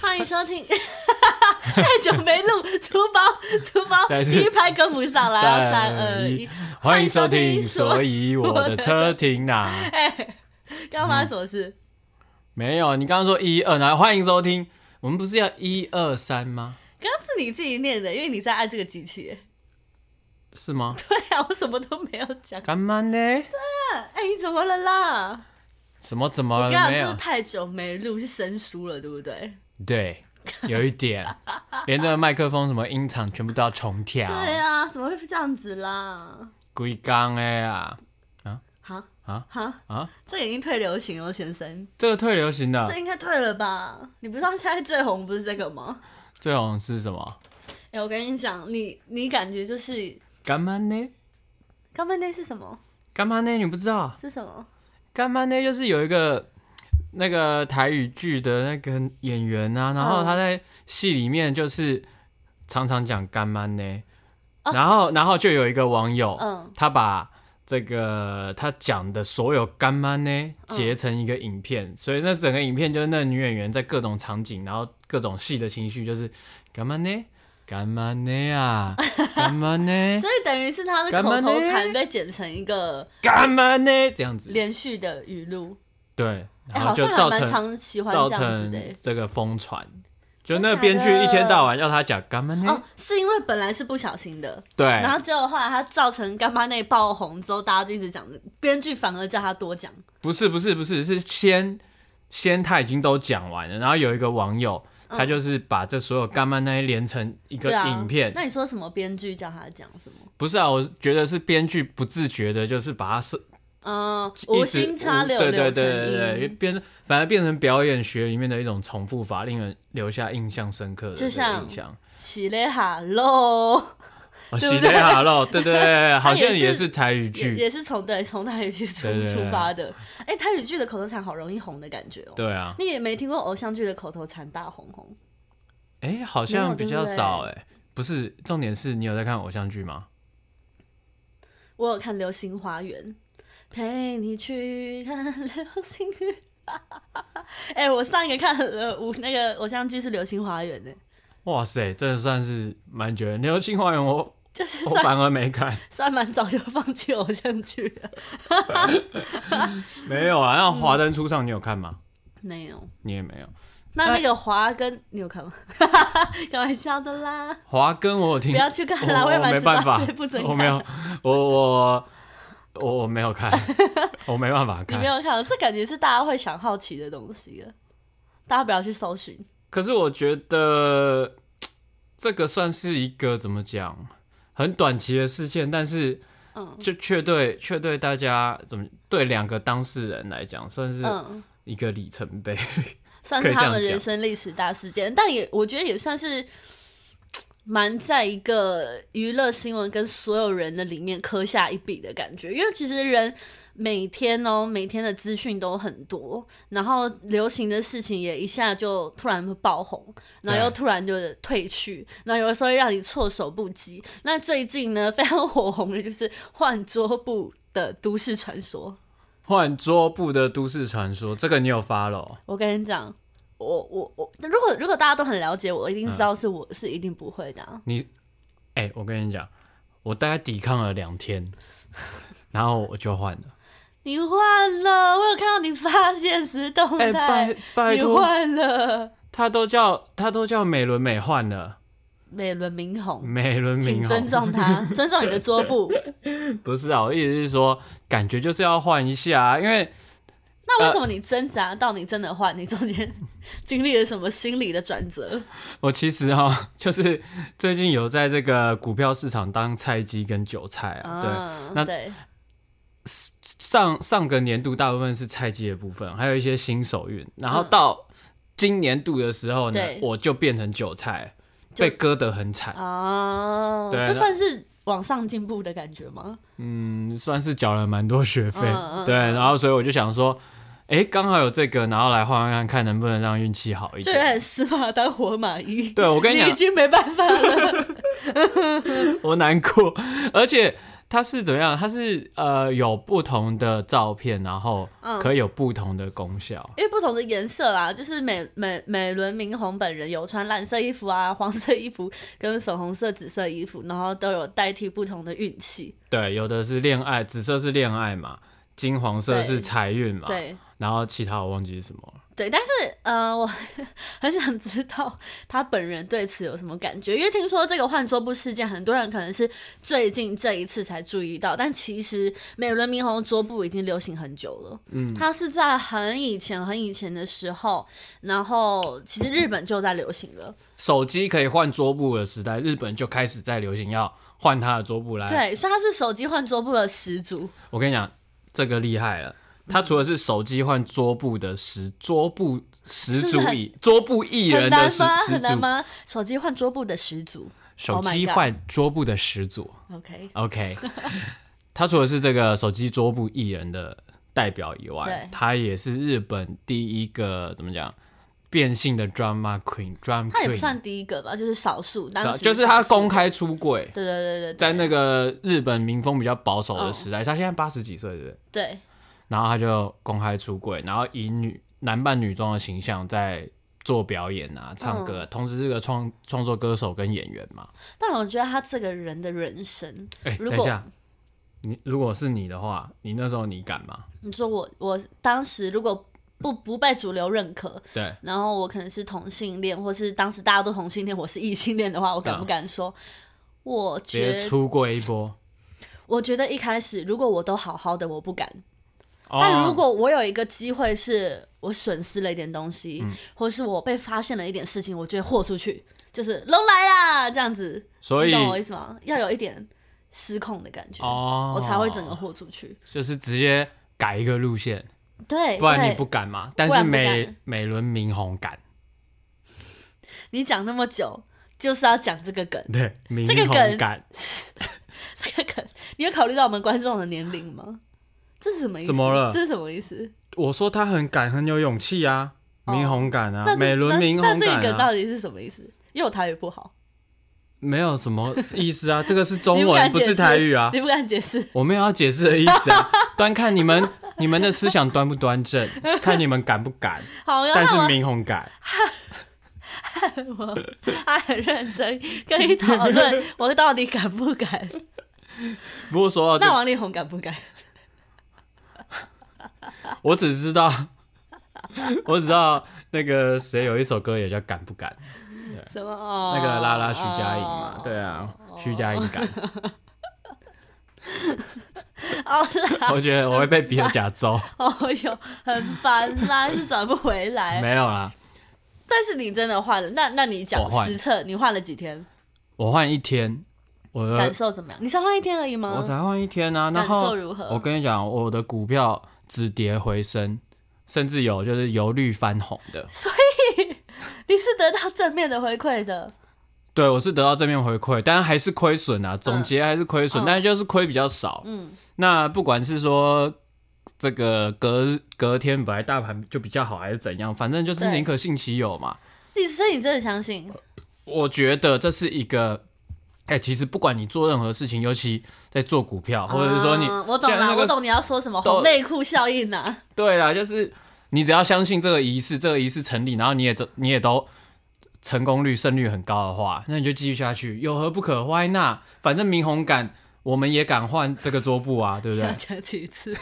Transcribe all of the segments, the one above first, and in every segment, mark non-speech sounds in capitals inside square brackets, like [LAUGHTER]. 欢迎收听，太久没录，厨 [LAUGHS] 房厨房再一次第一拍跟不上来，要三二再一，欢迎收听。所所以以我的车停哪？哎，刚刚发生什么嗯事？没有，你刚刚说一二，然后欢迎收听。我们不是要一二三吗？刚刚是你自己念的，因为你在按这个机器。 [LAUGHS] 是吗？对啊，我什么都没有讲。干嘛呢？哎，你怎么了啦？什么怎么刚了刚没就是有？太久没录，是生疏了，对不对？对，有一 [LAUGHS] 点，连这个麦克风什么音场全部都要重调。对啊，怎么会这样子啦？龟缸哎呀，好啊好，啊，这个已经退流行了，先生，这个退流行这的应该退了吧？你不知道现在最红不是这个吗？最红是什么？哎、我跟你讲，你你感觉就是干嘛呢？干拌内是什么？干嘛呢？你不知道？是什么？干嘛呢？就是有一个那个台语剧的那个演员啊，然嗯后他在戏里面就是常常讲干嘛呢，然后然后就有一个网友，啊嗯，他把这个他讲的所有干嘛嗯呢截成一个影片，所以那整个影片就是那女演员在各种场景，然后各种戏的情绪就是干嘛呢，干嘛呢啊，干 [LAUGHS] 嘛呢，所以等于是他的口头禅被剪成一个干嘛呢这样子，连续的语录，对，哎、然后好就像还造蛮成。常喜欢造这样子的、成这个疯传。就真那个假编剧一天的到晚要他讲干嘛呢哦？，是因为本来是不小心的，对然后结果后来他造成干妈内爆红之后，大家就一直讲，编剧反而叫他多讲。不是不是不是，是先先他已经都讲完了，然后有一个网友，他就是把这所有干嘛呢连成一个嗯对啊，影片。那你说什么编剧叫他讲什么？不是啊，我觉得是编剧不自觉的，就是把它是嗯，一无直心插柳对柳对对成对对对，荫，变反而变成表演学里面的一种重复法，令人留下印象深刻的就这个像印象。喜嘞哈喽，哦，对喜不对内哈喽，对 [LAUGHS] 对对，好它也像也是是台语也剧，也是从对从台语剧出对对对出发的。哎、台语剧的口头禅好容易红的感觉哦、对啊。你也没听过偶像剧的口头禅大红红？哎、好没有像对比不较对少哎、不是，重点是你有在看偶像剧吗？我有看《流星花园》，陪你去看流星雨。 [LAUGHS] 哎、我上一个看了我那个偶像剧是《流星花园》呢，哇塞，这算是蛮久的。流星花 [LAUGHS] 园我就是我算哦反而没看，算蛮早就放弃偶像剧了。没有啊。那嗯《华灯初上》你有看吗？没有，你也没有。那那个华跟你有看吗？开玩笑的啦，华根我有听，不要去看我啦，未我满没十办八法岁不准，看。我没有，我我我我没有 [LAUGHS] 看，我没办法你没看。有看，这感觉是大家会想好奇的东西了，大家不要去搜寻。可是我觉得这个算是一个怎么讲，很短期的事件，但是嗯就却对却对大家怎么对两个当事人来讲，算是嗯，一个里程碑。 [LAUGHS] 算可是以这他样们人讲生历史大事件，但也我觉得也算是蛮在一个娱乐新闻跟所有人的里面刻下一笔的感觉，因为其实人。每天哦，每天的资讯都很多，然后流行的事情也一下就突然爆红，然后又对突然就退去，然后有的时候会让你措手不及。那最近呢，非常火红的就是换桌布的都市传说。换桌布的都市传说，这个你有发了？我跟你讲，我我我，如果如果大家都很了解我，一定知嗯道是我、是一定不会的啊、你，哎、我跟你讲，我大概抵抗了 [LAUGHS] 两天，然后我就换了。你换了，我有看到你发现实动哎、态，拜拜你托，换了，他都叫他都叫美轮美奂了，美轮明宏，美轮请嗯明尊宏。重他，尊重你的桌布。 [LAUGHS] 不是啊，我意思是说，感觉就是要换一下啊，因为那呃为什么你挣扎到你真的换？你中 [LAUGHS] 间经历了什么心理的转折？我其实哈、 [LAUGHS] 就是最近有在这个股票市场当菜鸡跟韭菜啊，对。嗯，那对，上上个年度大部分是菜鸡的部分，还有一些新手运，然后到今年度的时候嗯呢对，我就变成韭菜，就啊被割得很惨，哦，对这那算是往上进步的感觉吗？嗯，算是缴了蛮多学费，嗯嗯对，然后所以我就想说，哎，刚好有这个，然后来换换看看能不能让运气好一就有点。点死马当活马医。对，我跟你你已讲，经没办法了，我难过。而且它是怎么样？它是呃有不同的照片，然后嗯可以有不同的功效。因为不同的颜色啦，就是美美美轮明宏本人有穿蓝色衣服啊、黄色衣服跟粉红色、紫色衣服，然后都有代替不同的运气。对，有的是恋爱，紫色是恋爱嘛，金黄色是财运嘛，对然后其他我忘记是什么了。对，但是呃，我 [LAUGHS] 很想知道他本人对此有什么感觉，因为听说这个换桌布事件，很多人可能是最近这一次才注意到，但其实美轮明宏桌布已经流行很久了。嗯，它是在很以前很以前的时候，然后其实日本就在流行了。手机可以换桌布的时代，日本就开始在流行要换它的桌布来。对，所以它是手机换桌布的始祖。我跟你讲，这个厉害了。它除了是手机换桌布的始桌布始是祖不是很以桌布艺很人难的始吗？始很难祖，吗？手机换桌布的始祖。手 Oh my 机 God 换桌布的始祖。 OK， OK，它除了是这个手机桌布艺人的代表以外对，它也是日本第一个怎么讲变性的 drama queen drama 他也不 queen，算第一个吧，就是少数。是当啊时就是少他数公。开出柜。对对对嗯对对，在那个日本民风比较保守的时代，他现在八十几岁，对不对？对然后他就公开出柜，然后以女男扮女装的形象在做表演啊、唱嗯歌，同时是个创创作歌手跟演员嘛。但我觉得他这个人的人生，哎、如等果一下，你如果是你的话，你那时候你敢吗？你说我我当时如果不不被主流认可，对，然后我可能是同性恋，或是当时大家都同性恋，我是异性恋的话，我敢不敢说？我直觉接嗯出柜一波。我觉得一开始如果我都好好的，我不敢。哦但如果我有一个机会，是我损失了一点东西，嗯或是我被发现了一点事情，我就会豁出去，就是拢来啦这样子，所你以懂我意思吗？要有一点失控的感觉，哦，我才会整个豁出去。就是直接改一个路线，对，不然对你不敢嘛。但不是然不美敢美轮明宏敢，你讲那么久，就是要讲这个梗， [LAUGHS] 对，明这个宏梗敢这个梗，你有考虑到我们观众的年龄吗？这是什么意思？怎么了这是什么意思？我说他很敢，很有勇气啊，哦明宏感啊，那这美轮明那宏那这感个梗啊，到底是什么意思？因为我台语不好，没有什么意 [LAUGHS] 思啊，这个是中你不文，敢不解释是台语啊，你不敢解释。我没有要解释的意思啊， [LAUGHS] 端看你们你们的思想端不 [LAUGHS] 端正，看你们敢不敢，好，然但后是我明宏敢，他很认真跟你讨论，我到底敢不 [LAUGHS] 敢？不过说那到王力宏敢不敢？这，我只知道， [LAUGHS] 我只知道那个谁有一首歌也叫敢不敢，什么？哦那个拉拉徐佳莹嘛，对啊，徐佳莹敢， [LAUGHS] 哦，我觉得我会被比尔夹 [LAUGHS] 走，哦哟，很烦啦，是转不回来。 [LAUGHS] 没有啦，但是你真的换了，那那你讲我换实测，你换了几天？我换一天，我的感受怎么样？你才换一天而已我吗？才换一天啊，然感后受如何我跟你讲，我的股票止跌回升，甚至有就是由绿翻红的。你是得到正面的回馈的，对我是得到正面回馈，但还是亏损啊，总结还是亏损，嗯但是就是亏比较少。嗯，那不管是说这个隔隔天本来大盘就比较好，还是怎样，反正就是对宁可信其有嘛。你所以你真的相信？我觉得这是一个。哎、其实不管你做任何事情，尤其在做股票，或者是说你，嗯我懂像那了，个我懂你要说什么豆红内裤效应啊呐。对啦，就是你只要相信这个仪式，这个仪式成立，然后你也你也都成功率胜率很高的话，那你就继续下去，有何不可？Why not？反正明红敢，我们也敢换这个桌布啊，对不要 [LAUGHS] 对？讲几次？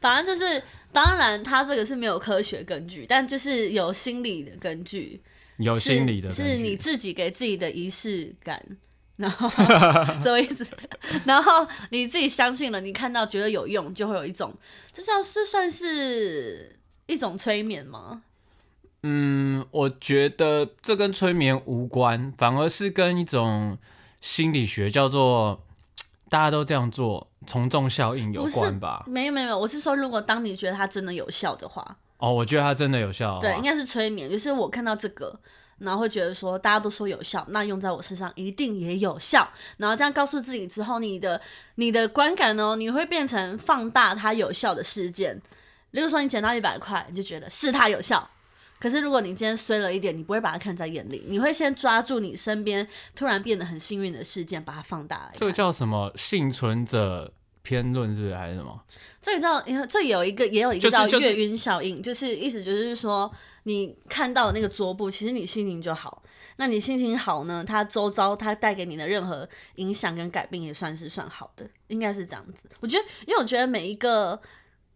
反正就是，当然他这个是没有科学根据，但就是有心理的根据，有是哦心理的是根据你自己给自己的仪式感。 [LAUGHS] 然 [LAUGHS] 后什么意思？ [LAUGHS] 然后你自己相信了，你看到觉得有用，就会有一种，这叫是算是一种催眠吗？嗯，我觉得这跟催眠无关，反而是跟一种心理学叫做大家都这样做从众效应有不是关吧？没有没有没有，我是说，如果当你觉得它真的有效的话，哦，我觉得它真的有效的对，话应该是催眠。就是我看到这个，然后会觉得说，大家都说有效，那用在我身上一定也有效。然后这样告诉自己之后，你的你的观感呢，你会变成放大它有效的事件。例如说，你捡到一百块，你就觉得是它有效。可是如果你今天衰了一点，你不会把它看在眼里，你会先抓住你身边突然变得很幸运的事件，把它放大来看。这个叫什么幸存者偏论是不是还是什么？这个叫，因为这有一个也有一个就是叫就是月晕效应，就是、意思就是说，你看到那个桌布，其实你心情就好。那你心情好呢，它周遭它带给你的任何影响跟改变也算是算好的，应该是这样子。我觉得，因为我觉得每一个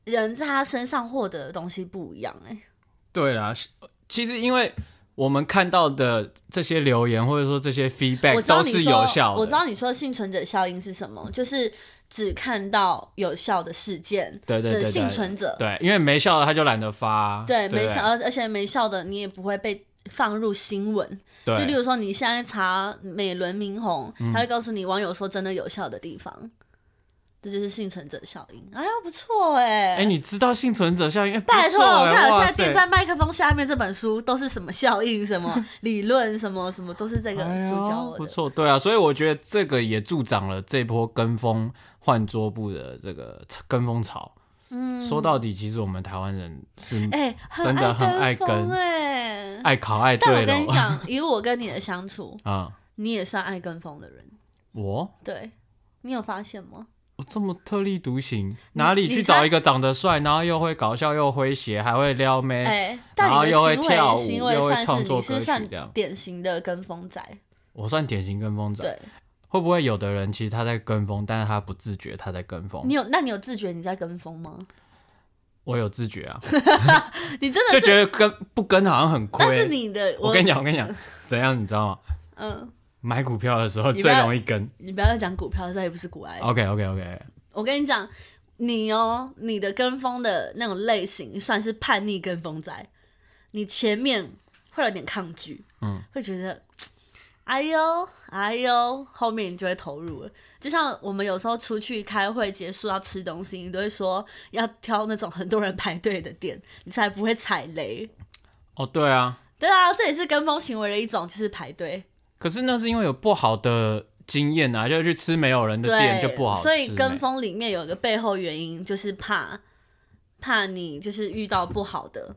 人在他身上获得的东西不一样、欸，哎，对啦，是其实因为我们看到的这些留言或者说这些 feedback 我知道哎都你是说，有效的，我知道你说幸存者效应是什么，就是只看到有效的事件对对的对对幸存者，对，因为没效的他就懒得发，啊对，不没效，而而且没效的你也不会被放入新闻。对，嗯就例如说你现在查美轮明宏，他会告诉你网友说真的有效的地方，这就是幸存者效应。哎呀，不错哎、哎、你知道幸存者效应？哎、不拜托，啊错、我看哎，我现哇在塞垫在麦克风下面这本书都是什么效 [LAUGHS] 应，什么理论，什么什么，都是这个哎书呦教我不的。错，对啊，所以我觉得这个也助长了这波跟风换桌布的这个跟风潮。嗯，说到底，其实我们台湾人是哎、很真的很爱爱风跟哎、爱考爱但对我跟你了讲， [LAUGHS] 以我跟你的相处，啊、你也算爱跟风的人，我对你有发现吗？我哦这么特立独行，哪里你去才找一个长得帅，然后又会搞笑又诙谐，还会撩妹？哎、但然后你又会的行跳舞为行为又会创算是作你是歌曲算这样典型的跟风仔，我算典型跟风者。对会不会有的人其实他在跟风，但是他不自觉他在跟风你？有那你有自觉你在跟风吗？我有自觉啊， [LAUGHS] 你真的，就是觉得跟不跟好像很亏。但是你的我跟你讲，我跟你 [LAUGHS] 讲，怎样你知道吗？嗯，买股票的时候你不哎最要容易跟。你不要再讲股票，再也不是股癌。 OK OK OK，我跟你讲，你哦，你的跟风的那种类型算是叛逆跟风仔，你前面会有点抗拒，嗯，会觉得。哎呦，哎呦，后面你就会投入了。就像我们有时候出去开会结束要吃东西，你都会说要挑那种很多人排队的店，你才不会踩雷。哦对啊，对啊，这也是跟风行为的一种，就是排队。可是那是因为有不好的经验啊，就是去吃没有人的店就不好吃。所欸以跟没风里面有一个背后原因，就是怕怕你就是遇到不好的，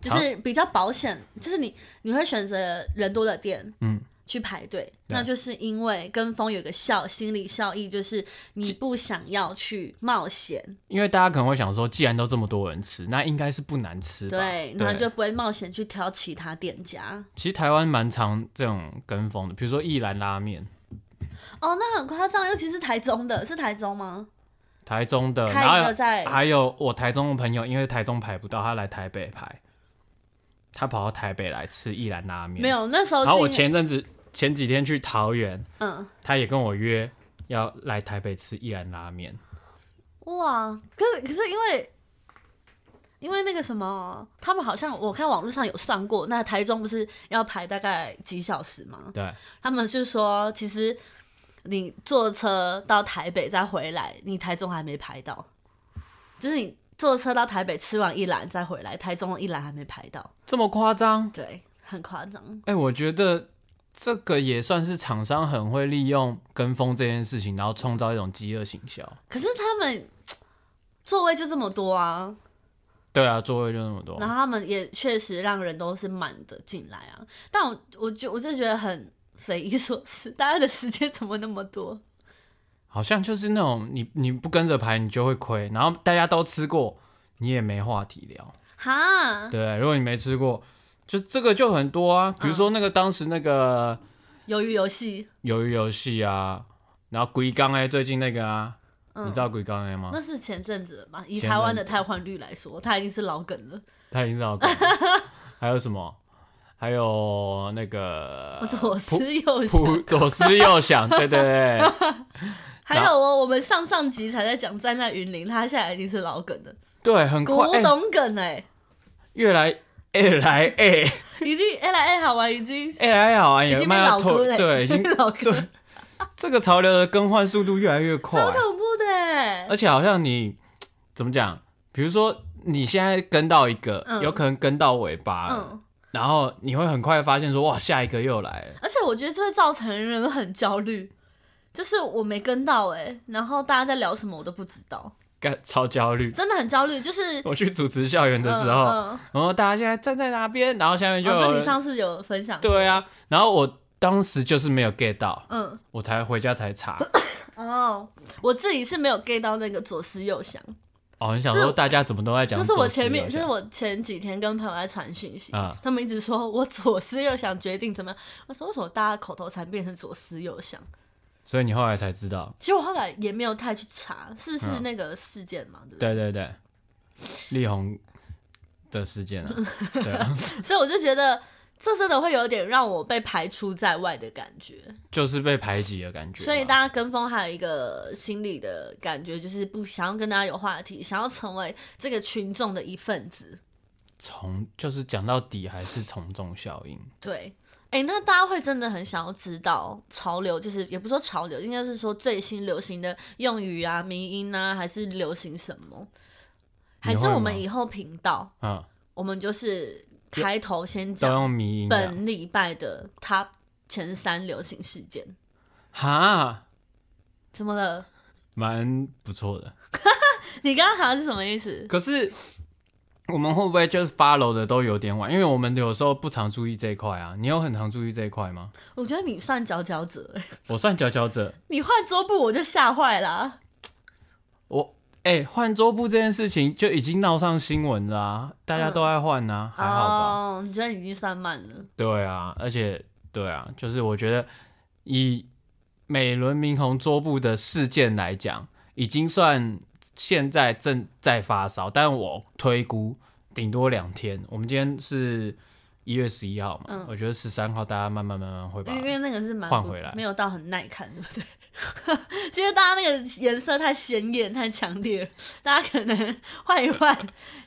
就是比较保险，就是你你会选择人多的店，嗯，去排队，那就是因为跟风有个效心理效益，就是你不想要去冒险，因为大家可能会想说，既然都这么多人吃，那应该是不难吃吧？对，然后对，就不会冒险去挑其他店家。其实台湾蛮常这种跟风的，比如说一兰拉面，哦，那很夸张，尤其是台中的，是台中吗？台中的，开一然个后在还呃有我台中的朋友，因为台中排不到，他来台北排，他跑到台北来吃一兰拉面。没，有，那时候然后我是因为前阵子前几天去桃园，嗯。他也跟我约要来台北吃一兰拉面。哇，可是可是因为因为那个什么，他们好像我看网络上有算过，那台中不是要排大概几小时吗？对，他们是说，其实你坐车到台北再回来，你台中还没排到，就是你坐车到台北吃完一兰再回来，台中的一兰还没排到，这么夸张？对，很夸张。哎、我觉得这个也算是厂商很会利用跟风这件事情，然后创造一种饥饿行销。可是他们座位就这么多啊，对啊，座位就那么多然，后他们也确实让人都是满的进来啊，但我我就我就觉得很匪夷所思，大家的时间怎么那么多？ [LAUGHS] 好像就是那种你你不跟着排，你就会亏，然后大家都吃过，你也没话题聊。哈，对，如果你没吃过，就这个就很多啊，比如说那个当时那个鱿鱼游戏鱿鱼游戏啊，然后鬼刚哎，最近那个啊，嗯你知道鬼刚哎吗？那是前阵子的嘛，以前阵子台湾的汰换率来说，它已经是老梗了。他已经是老梗了。 [LAUGHS] 还有什么？还有那个我左思右呃普想，左思右想，对对对，还有哦，我们上上集才在讲站在云林，它现在已经是老梗了， [LAUGHS] 对，很快，古哎董梗哎、越来越来哎已经哎来哎好玩，已经哎来好玩，已也经慢变慢老透歌了，对，已经 [LAUGHS] 变老歌，对这个潮流的更换速度越来越快，超恐怖的哎、而且好像你怎么讲？比如说你现在跟到一个，嗯有可能跟到尾巴了，嗯。然后你会很快发现说，哇，下一个又来了。而且我觉得这会造成欸人很焦虑，就是我没跟到哎、然后大家在聊什么我都不知道。干超焦 [LAUGHS] 虑。真的很焦虑，就是我去主持校园的时候，嗯嗯然后大家现在站在哪边，然后下面就哦，有这你人、上次有分享，对啊，然后我当时就是没有 get 到，嗯，我才回家才查。哦，我自己是没有 get 到那个左思右想，哦，你想就是说大家怎么都在讲就左是思右我想？前面，就是我前几天跟朋友在传讯息，啊他们一直说我左思右想决定怎么样，我说为什么大家口头禅变成左思右想？所以你后来才知道，其实我后来也没有太去查，是是嗯那个事件嘛，对不对？对对对，力宏的事件啊， [LAUGHS] 对啊，所以我就觉得这真的会有点让我被排除在外的感觉，就是被排挤的感觉嘛。所以大家跟风还有一个心理的感觉，就是不想要跟大家有话题，想要成为这个群众的一份子。从就是讲到底还是从众效应。对，哎、那大家会真的很想要知道潮流，就是也不说潮流，应该是说最新流行的用语啊、迷音啊，还是流行什么？还是会我吗们以后频道，嗯，我们就是开头先都讲用迷音啊本礼拜的 Top 前三流行事件。哈，怎么了？ [LAUGHS] 蛮不错的。你刚刚好像是什么意思？可是我们会不会就是 follow 的都有点晚？因为我们有时候不常注意这一块啊。你有很常注意这一块吗？我觉得你算佼佼者、 [LAUGHS] 欸，我算佼佼者。你换桌布我就吓坏啦、我哎，换、桌布这件事情就已经闹上新闻了、啊，大家都爱换啊，还好吧？嗯哦，你觉得你已经算慢了？对啊，而且对啊，就是我觉得以美轮明宏桌布的事件来讲，已经算现在正在发烧，但我推估顶多两天。我们今天是一月十一号嘛，嗯我觉得十三号大家慢慢慢慢会吧因为。因为那个是蛮换不回来没有到很耐看， [LAUGHS] 对不对？其实大家那个颜色太鲜艳、太强烈了， [LAUGHS] 大家可能换一换，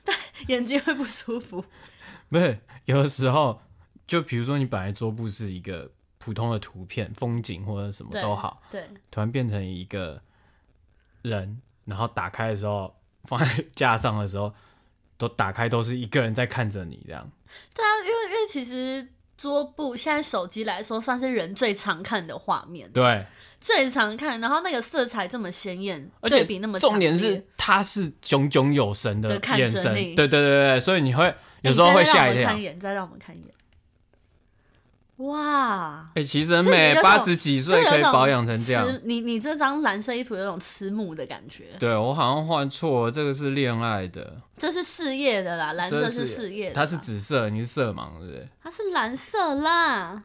但眼睛会不舒服。 [LAUGHS] 不是，有的时候就比如说你本来桌布是一个普通的图片、风景或者什么对都好， [LAUGHS] 对，突然变成一个人，然后打开的时候放在架上的时候，都打开都是一个人在看着你这样。对啊，因为因为其实桌布现在手机来说算是人最常看的画面，对，最常看，然后那个色彩这么鲜艳，而且对比那么重点强烈是他是炯炯有神的的看着眼神，你哎对对对对，所以你会有时候会吓一你再让我们跳。看一眼，再让我们看一眼。哇，哎、其实很这有美种八十几就岁有可以种保养成这样慈。你你这张蓝色衣服有种慈母的感觉，对我好像换错了，这个是恋爱的，这是事业的啦，蓝色这是事业的啦，它是紫色，你是色盲，对不对？它是蓝色啦，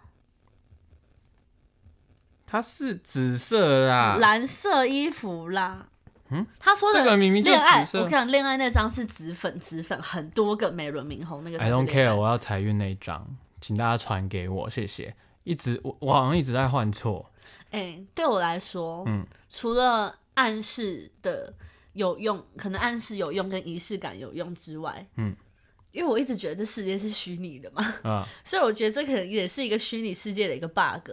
它是紫色啦，蓝色衣服啦。嗯，他说的啊这个明明就恋爱紫，色我看恋爱那张是紫粉，紫粉很多个美轮明宏那个才 I 是 don't 恋爱。 care，我要财运那一张，请大家传给我，谢谢。一直我我好像一直在换错，哎、对我来说，嗯除了暗示的有用，可能暗示有用跟仪式感有用之外，嗯，因为我一直觉得这世界是虚拟的嘛，啊、所以我觉得这可能也是一个虚拟世界的一个 bug，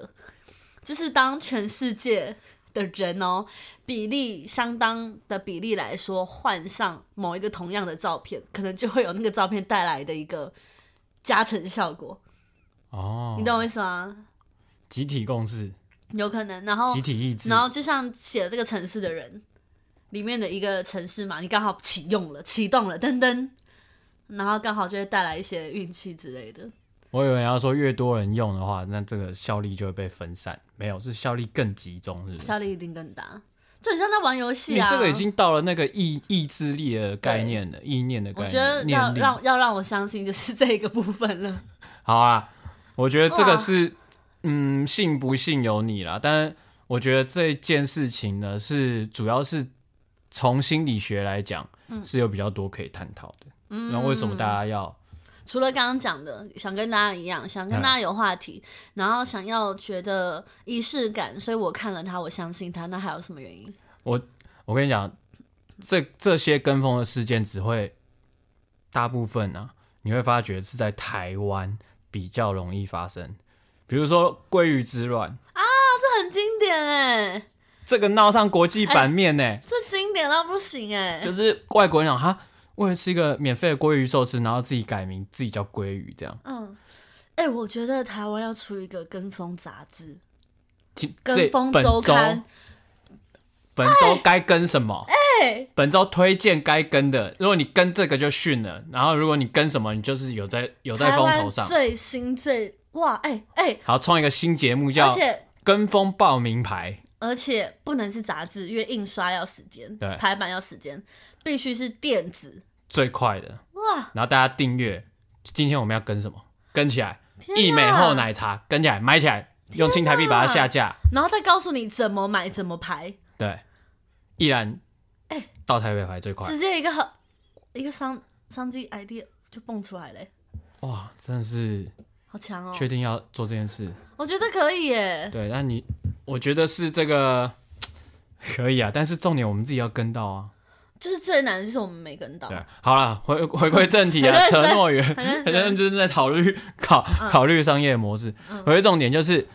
就是当全世界的人哦比例相当的比例来说，换上某一个同样的照片，可能就会有那个照片带来的一个加成效果，哦，你懂我意思吗？集体共识，有可能，然后集体意志哦然，后就像写了这个城市的人里面的一个城市嘛，你刚好启用了、启动了，噔噔，然后刚好就会带来一些运气之类的。我以为要说越多人用的话，那这个效力就会被分散，没有，是效力更集中，是不是？效率一定更大。就很像在玩游戏你啊。这个已经到了那个意意志力的概念了，意念的概我念，觉得要念力。让要让我相信就是这一个部分了。好啊，我觉得这哇个是，嗯，信不信由你啦。但我觉得这件事情呢，是主要是从心理学来讲，是有比较多可以探讨的。嗯，那为什么大家要？除了刚刚讲的，想跟大家一样，想跟大嗯家有话题，然后想要觉得仪式感，所以我看了它，我相信它。那还有什么原因？我跟你讲，这这些跟风的事件只会大部分啊，你会发觉是在台湾比较容易发生。比如说鲑鱼之乱，这很经典哎、这个闹上国际版面呢、这经典到不行 [LAUGHS] 哎、就是外国人讲哈，为了吃一个免费的鲑鱼寿司，然后自己改名，自己叫鲑鱼这样。嗯，哎、我觉得台湾要出一个跟风杂志，今跟这风本周周刊本周该跟什么？哎、对，本周推荐该跟的，如果你跟这个就逊了，然后如果你跟什么，你就是有在有在台风湾头上。最新最哇，哎、哎、好，创一个新节目而叫且“跟风报名牌而且不能是杂志，因为印刷要时间，对排版要时间，必须是电子。”，最快的，哇，然后大家订阅。今天我们要跟什么？跟起来，天益美哪后奶茶跟起来，买起来，用新台币把它下架。然后再告诉你怎么买，怎么排，对，依然哎到台北牌最快。直接一个很一个商商机 idea 就蹦出来嘞、哇，真的是好强哦！确定要做这 [LAUGHS] 件事。我觉得可以耶，对，那你我觉得是这个 [LAUGHS] 可以啊，但是重点我们自己要跟到啊。就是最难的就是我们没跟到对，，啊好了，回回归正题啊，哦 [LAUGHS] 很认承真诺员很认很真嗯认真在考虑考考虑商业模式。回归重点就是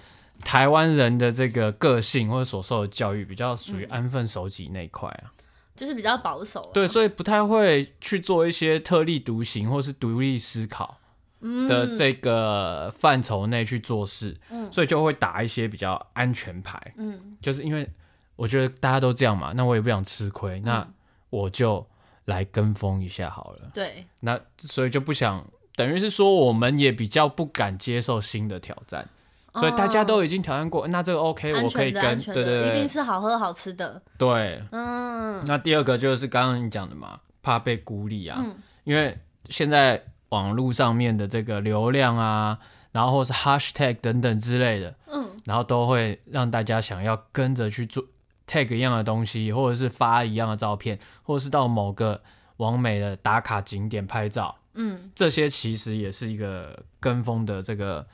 台湾人的这个个性或者所受的教育比较属于安分守己那一块啊，嗯就是比较保守了。对，所以不太会去做一些特立独行或是独立思考嗯的这个范畴内去做事，所以就会打一些比较安全牌，嗯，就是因为我觉得大家都这样嘛，那我也不想吃嗯亏，那我就来跟风一下好了。对，那所以就不想，等于是说我们也比较不敢接受新的挑战，所以大家都已经挑战过，那这个 OK，哦安我可以全的，跟，安全对的，对对，一定是好喝好吃的。对。嗯，那第二个就是刚刚你讲的嘛，怕被孤立啊，因为现在网络上面的这个流量啊，然后或是 hashtag 等等之类的，嗯，然后都会让大家想要跟着去做 tag 一样的东西，或者是发一样的照片，或者是到某个完美的打卡景点拍照，嗯，这些其实也是一个跟风的这个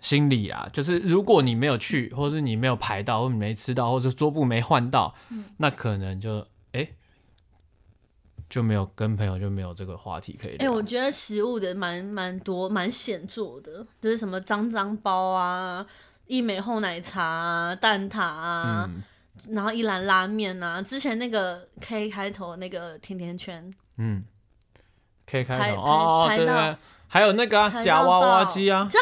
心理啊，就是如果你没有去，或是你没有排到，或者你没吃到，或者桌布没换到，嗯那可能就哎、诶就没有跟朋友就没有这个话题可以哎、聊。我觉得食物的蛮蛮多，蛮显著的，就是什么脏脏包啊。一美厚奶茶啊，蛋挞啊，嗯然后一兰拉面啊，之前那个 K 开头那个甜甜圈，哦嗯，可以开排头哦，排对对排到对，还有那个啊排到夹娃爆娃机啊，这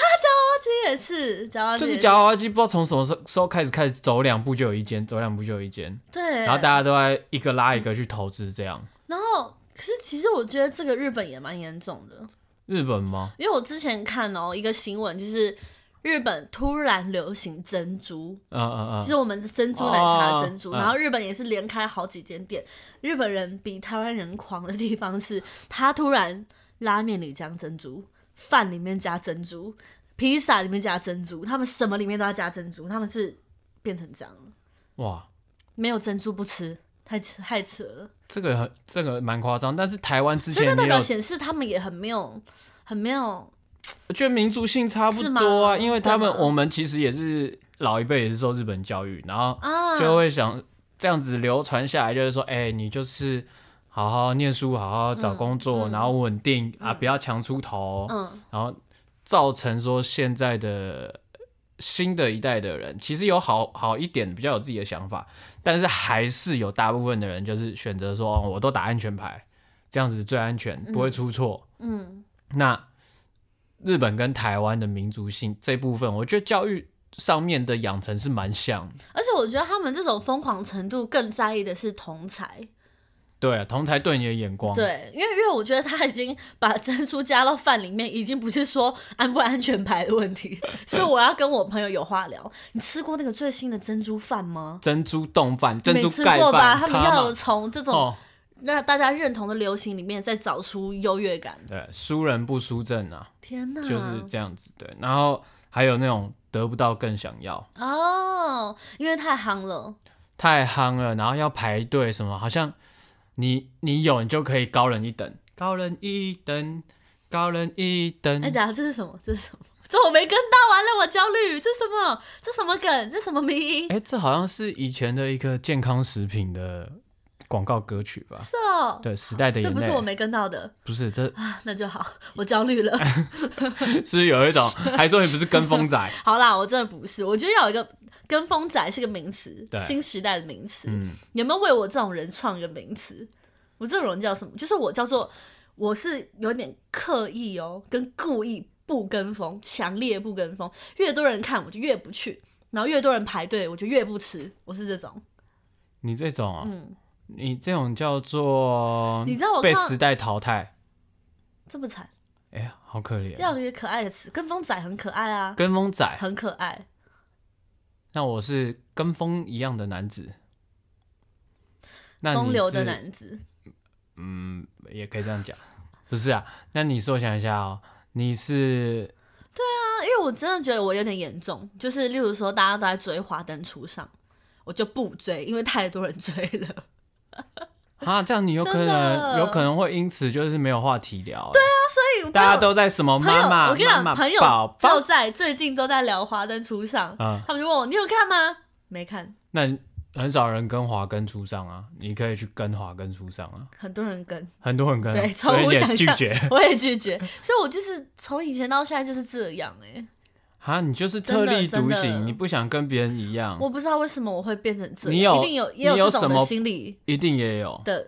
也是讲到就是这夹娃娃机，不知道从什么时候时候开始开始走两步就有一间，走两步就有一间，对，然后大家都在一个拉一个去投资这样。然后可是其实我觉得这个日本也蛮严重的，日本吗？因为我之前看哦、一个新闻，就是日本突然流行珍珠，嗯嗯嗯就，是我们的珍珠奶茶哦的珍珠，嗯然后日本也是连开好几间店。日本人比台湾人狂的地方是，他突然拉面里加珍珠，饭里面加珍珠，披萨里面加珍珠，他们什么里面都要加珍珠，他们是变成这样了，哇，没有珍珠不吃。太太扯了，这个很这个蛮夸张，但是台湾之所以那前代也有表，显示他们也很没有，很没有我觉得民族性差不是多啊，吗因为他们对吗我们其实也是老一辈也是受日本教育，然后啊，就会想这样子流传下来，就是说，哎、你就是好好念书，好好找工作，然后稳定、啊，不要强出头，嗯然后造成说现在的新的一代的人，其实有好好一点，比较有自己的想法，但是还是有大部分的人就是选择说，哦我都打安全牌，这样子最安全，不会出错。嗯，那日本跟台湾的民族性这部分，我觉得教育上面的养成是蛮像的。而且我觉得他们这种疯狂程度更在意的是同才，对、啊，同才对你的眼光，对，因为因为我觉得他已经把珍珠加到饭里面，已经不是说 [LAUGHS] 安不安全牌的问 [LAUGHS] 题，是我要跟我朋友有话聊。你吃过那个最新的珍珠饭吗？珍珠冻饭、珍珠没吃盖过吧？饭，他们卡玛要有从这种哦，让大家认同的流行里面再找出优越感。对，输人不输阵啊。天哪！就是这样子，对。然后还有那种得不到更想要，哦，因为太夯了，太夯了，然后要排队什么，好像你你有你就可以高人一等，高人一等，高人一等哎、。等一下这是什么？这是什么？这我没跟到，完了我焦虑。这是什么？这什么梗？这什么迷？哎、这好像是以前的一个健康食品的广告歌曲吧？是哦，对，时代的这眼不是我泪，没跟到的，不是这啊 [LAUGHS] 那就好，我焦虑了。是不是有一种还说你不是跟 [LAUGHS] 风仔？好啦，我真的不是，我觉得要有一个跟风仔是个名词对，新时代的名词。嗯有没有为我这种人创一个名词？我这种人叫什么？就是我叫做我是有点刻意哦，跟故意不跟风，强烈不跟风。越多人看我就越不去，然后越多人排队我就越不吃。我是这种，你这种啊、嗯你这种叫做你知道我看嗯被到时代淘汰，这么惨，哎、呀，好可怜哦。要有一个可爱的词，跟风仔很可爱啊，跟风仔，很可爱。那我是跟风一样的男子，那你风流的是男子，嗯，也可以这样讲，不是啊？那你说想一下哦，你是啊，因为我真的觉得我有点严重，就是例如说大家都在追《华灯初上》，我就不追，因为太多人追了。啊，这样你有可真能的有可能会因此就是没有话题聊。对啊，所以大家朋友都在什么朋友妈妈，我跟你讲，妈妈朋友宝就宝，在最近都在聊《华灯初上》嗯他们就问我你有看吗？没看，那很少人跟华根出上啊，你可以去跟华根出上啊，很多人跟， [LAUGHS] 很多人跟啊，对，超所以乎你想也拒象绝， [LAUGHS] 我也拒绝，所以我就是从以前到现在就是这样哎、啊，你就是特真的立独真的行，你不想跟别人一样，我不知道为什么我会变成这样，你有一定有也你有这种什的么心理一定也有，的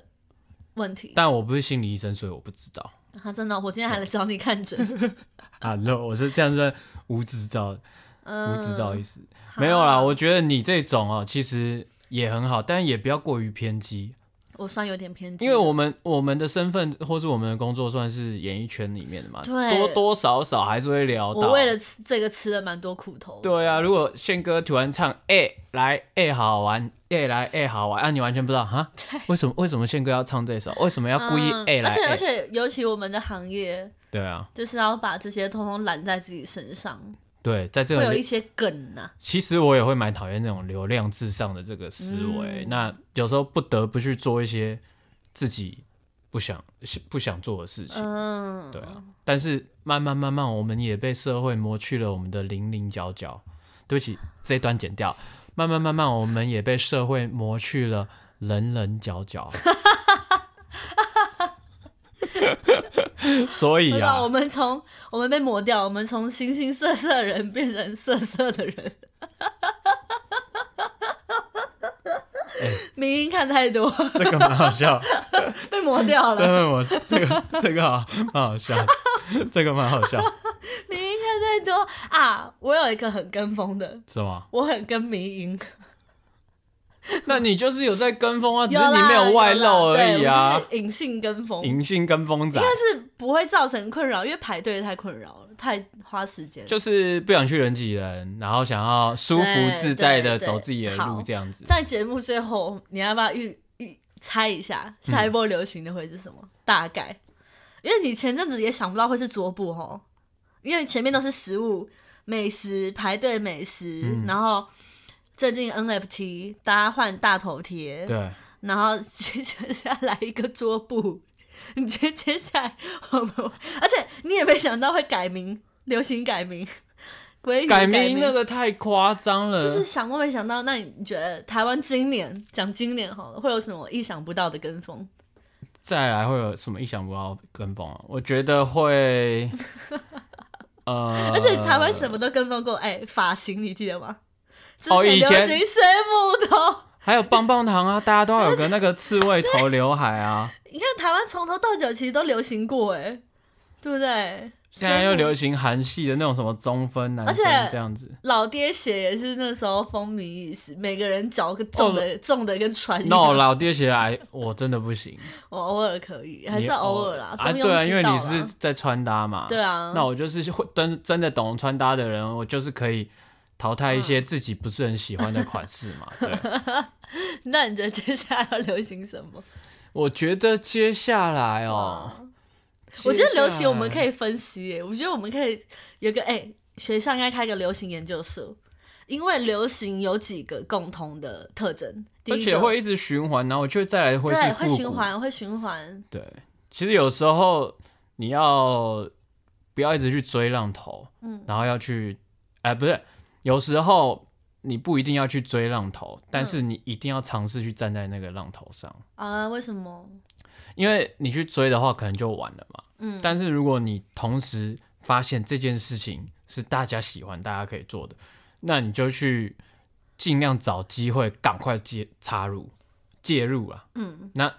问题。但我不是心理医生，所以我不知道。啊，真的哦、我今天还来找你看诊。 [LAUGHS] 啊，那我是这样算无执照，无嗯，啊执照意思、没有啦。我觉得你这种哦，其实也很好，但也不要过于偏激，我算有点偏激，因为我们我们的身份或是我们的工作算是演艺圈里面的嘛，对多多少少还是会聊到。我为了吃这个吃了蛮多苦头。，对啊，如果宪哥突然唱哎、来哎、好玩，哎、来哎、好玩，啊你完全不知道哈，为什么为什么宪哥要唱这首？为什么要故意哎、嗯来而且哎、而且，尤其我们的行业，对啊，就是要把这些通通揽在自己身上，对，啊在这会个有一些梗啊呐、其实我也会蛮讨厌那种流量至上的这个思维。嗯那有时候不得不去做一些自己不想不想做的事情，嗯，对啊。但是慢慢慢慢，我们也被社会磨去了我们的零零角角。对不起，这一段剪掉。 [LAUGHS] 慢慢慢慢，我们也被社会磨去了棱棱 [LAUGHS] 角角。所不以知道我啊，们从我们被磨掉，我们从形形色色的人变成色色的人。 [LAUGHS] 哎明音看太多，这个蛮 [LAUGHS] 好笑。被磨掉真了。的，我这个这个好蛮好笑，这个蛮好笑，明音看太多啊！我有一个很跟风的，是 [LAUGHS] 吗？我很跟明音。那你就是有在跟风啊，只有是啦你没有外露有啦而已啊对，我。是隐性跟风，隐性跟风仔但是不会造成困扰，因为排队太困扰了，太花时间了。就是不想去人挤人，然后想要舒服对自在的对走自己的路好这样子。在节目最后，你要不要预预猜一下下一波流行的会是什么？大概，因为你前阵子也想不到会是桌布哦，因为前面都是食物、美食、排队美食，然后最近 NFT 大家换大头贴，对，然后接下来一个桌布， [LAUGHS] 接接下来我们，而且你也没想到会改名，流行改名， [LAUGHS] 鲑鱼的改名名那个太夸张了，就是想都没想到。那你觉得台湾今年讲今年好了，会有什么意想不到的跟风？再来会有什么意想不到的跟风啊？我觉 [LAUGHS] 得会，呃，而且台湾什么都跟风过，哎、发型你记得吗？之哦以流前行水母头， [LAUGHS] 还有棒棒糖啊，大家都要有个那个刺猬头刘海啊。你看台湾从头到脚其实都流行过、哎，对不对？现在又水母流行韩系的那种什么中分男生而且这样子老爹鞋也是那时候风靡一时，每个人脚跟重的、重的跟船一，no 样。老爹鞋来我真的不行，我偶尔可以，还你是偶尔啦。啊中庸对啊，之因为道你啦是在穿搭嘛，对啊那我就是会真真的懂穿搭的人，我就是可以淘汰一嗯些自己不是很喜欢的款式嘛，对，那你觉得接下来要流行什么？我觉得接下来哦，我觉得流接下行来我们可以分析耶，我觉得我们可以有个哎、学校应该开个流行研究社，因为流行有几个共同的特征，第而一且个会一直循环，然后我觉得再来会是对复会古循环，会循环，对，其实有时候你要不要一直去追浪头，嗯，然后要去，哎、不是，有时候你不一定要去追浪头，但嗯是你一定要尝试去站在那个浪头上，啊？为什么？因为你去追的话，可能就晚了嘛，嗯，但是如果你同时发现这件事情是大家喜欢、大家可以做的，那你就去尽量找机会，赶快介插入、介入啊，嗯，那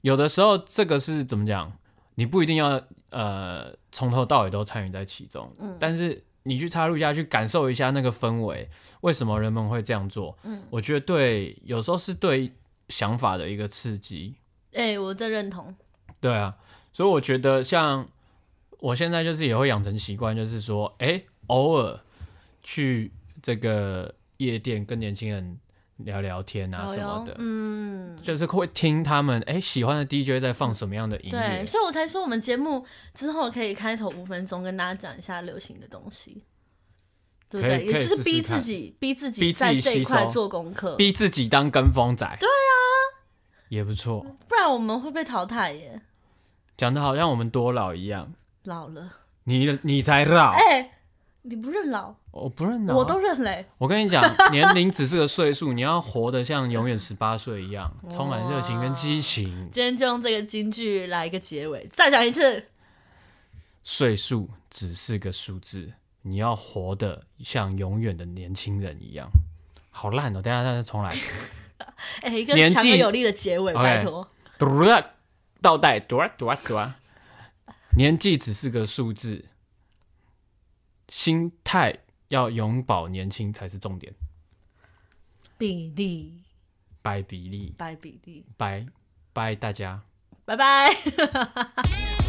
有的时候这个是怎么讲？你不一定要呃从头到尾都参与在其中，但是你去插入一下，去感受一下那个氛围，为什么人们会这样做？我觉得对，有时候是对想法的一个刺激。哎、我这认同。对啊，所以我觉得像我现在就是也会养成习惯，就是说，哎、偶尔去这个夜店跟年轻人聊聊天啊哦什么哟的，嗯，就是会听他们哎、诶喜欢的 DJ 在放什么样的音对，乐。所以我才说我们节目之后可以开头五分钟跟大家讲一下流行的东西，对不可对？以也可以就是试试逼看自己，逼自己逼自在己这一吸块收做功课，逼自己当跟风仔，对啊，也不错。不然我们会被淘汰耶。讲的好像我们多老一样，老了，你你才老，哎、你不认老，我不认老啊，我都认嘞、我跟你讲，年龄只是个岁数，你要活得像永远十八岁 [LAUGHS] 一样，充满热情跟激情。今天就用这个金句来一个结尾，再讲一次。岁数只是个数字，你要活得像永远的年轻人一样。好烂哦！等一下，大家重来。 [LAUGHS] 哎、一个年纪强而有力的结尾， OK 拜托。嘟啦，倒带，嘟啦嘟啦嘟啦。年纪只是个数字，心态要永葆年轻才是重点。比例，拜比利，拜比例，拜拜大家。拜拜。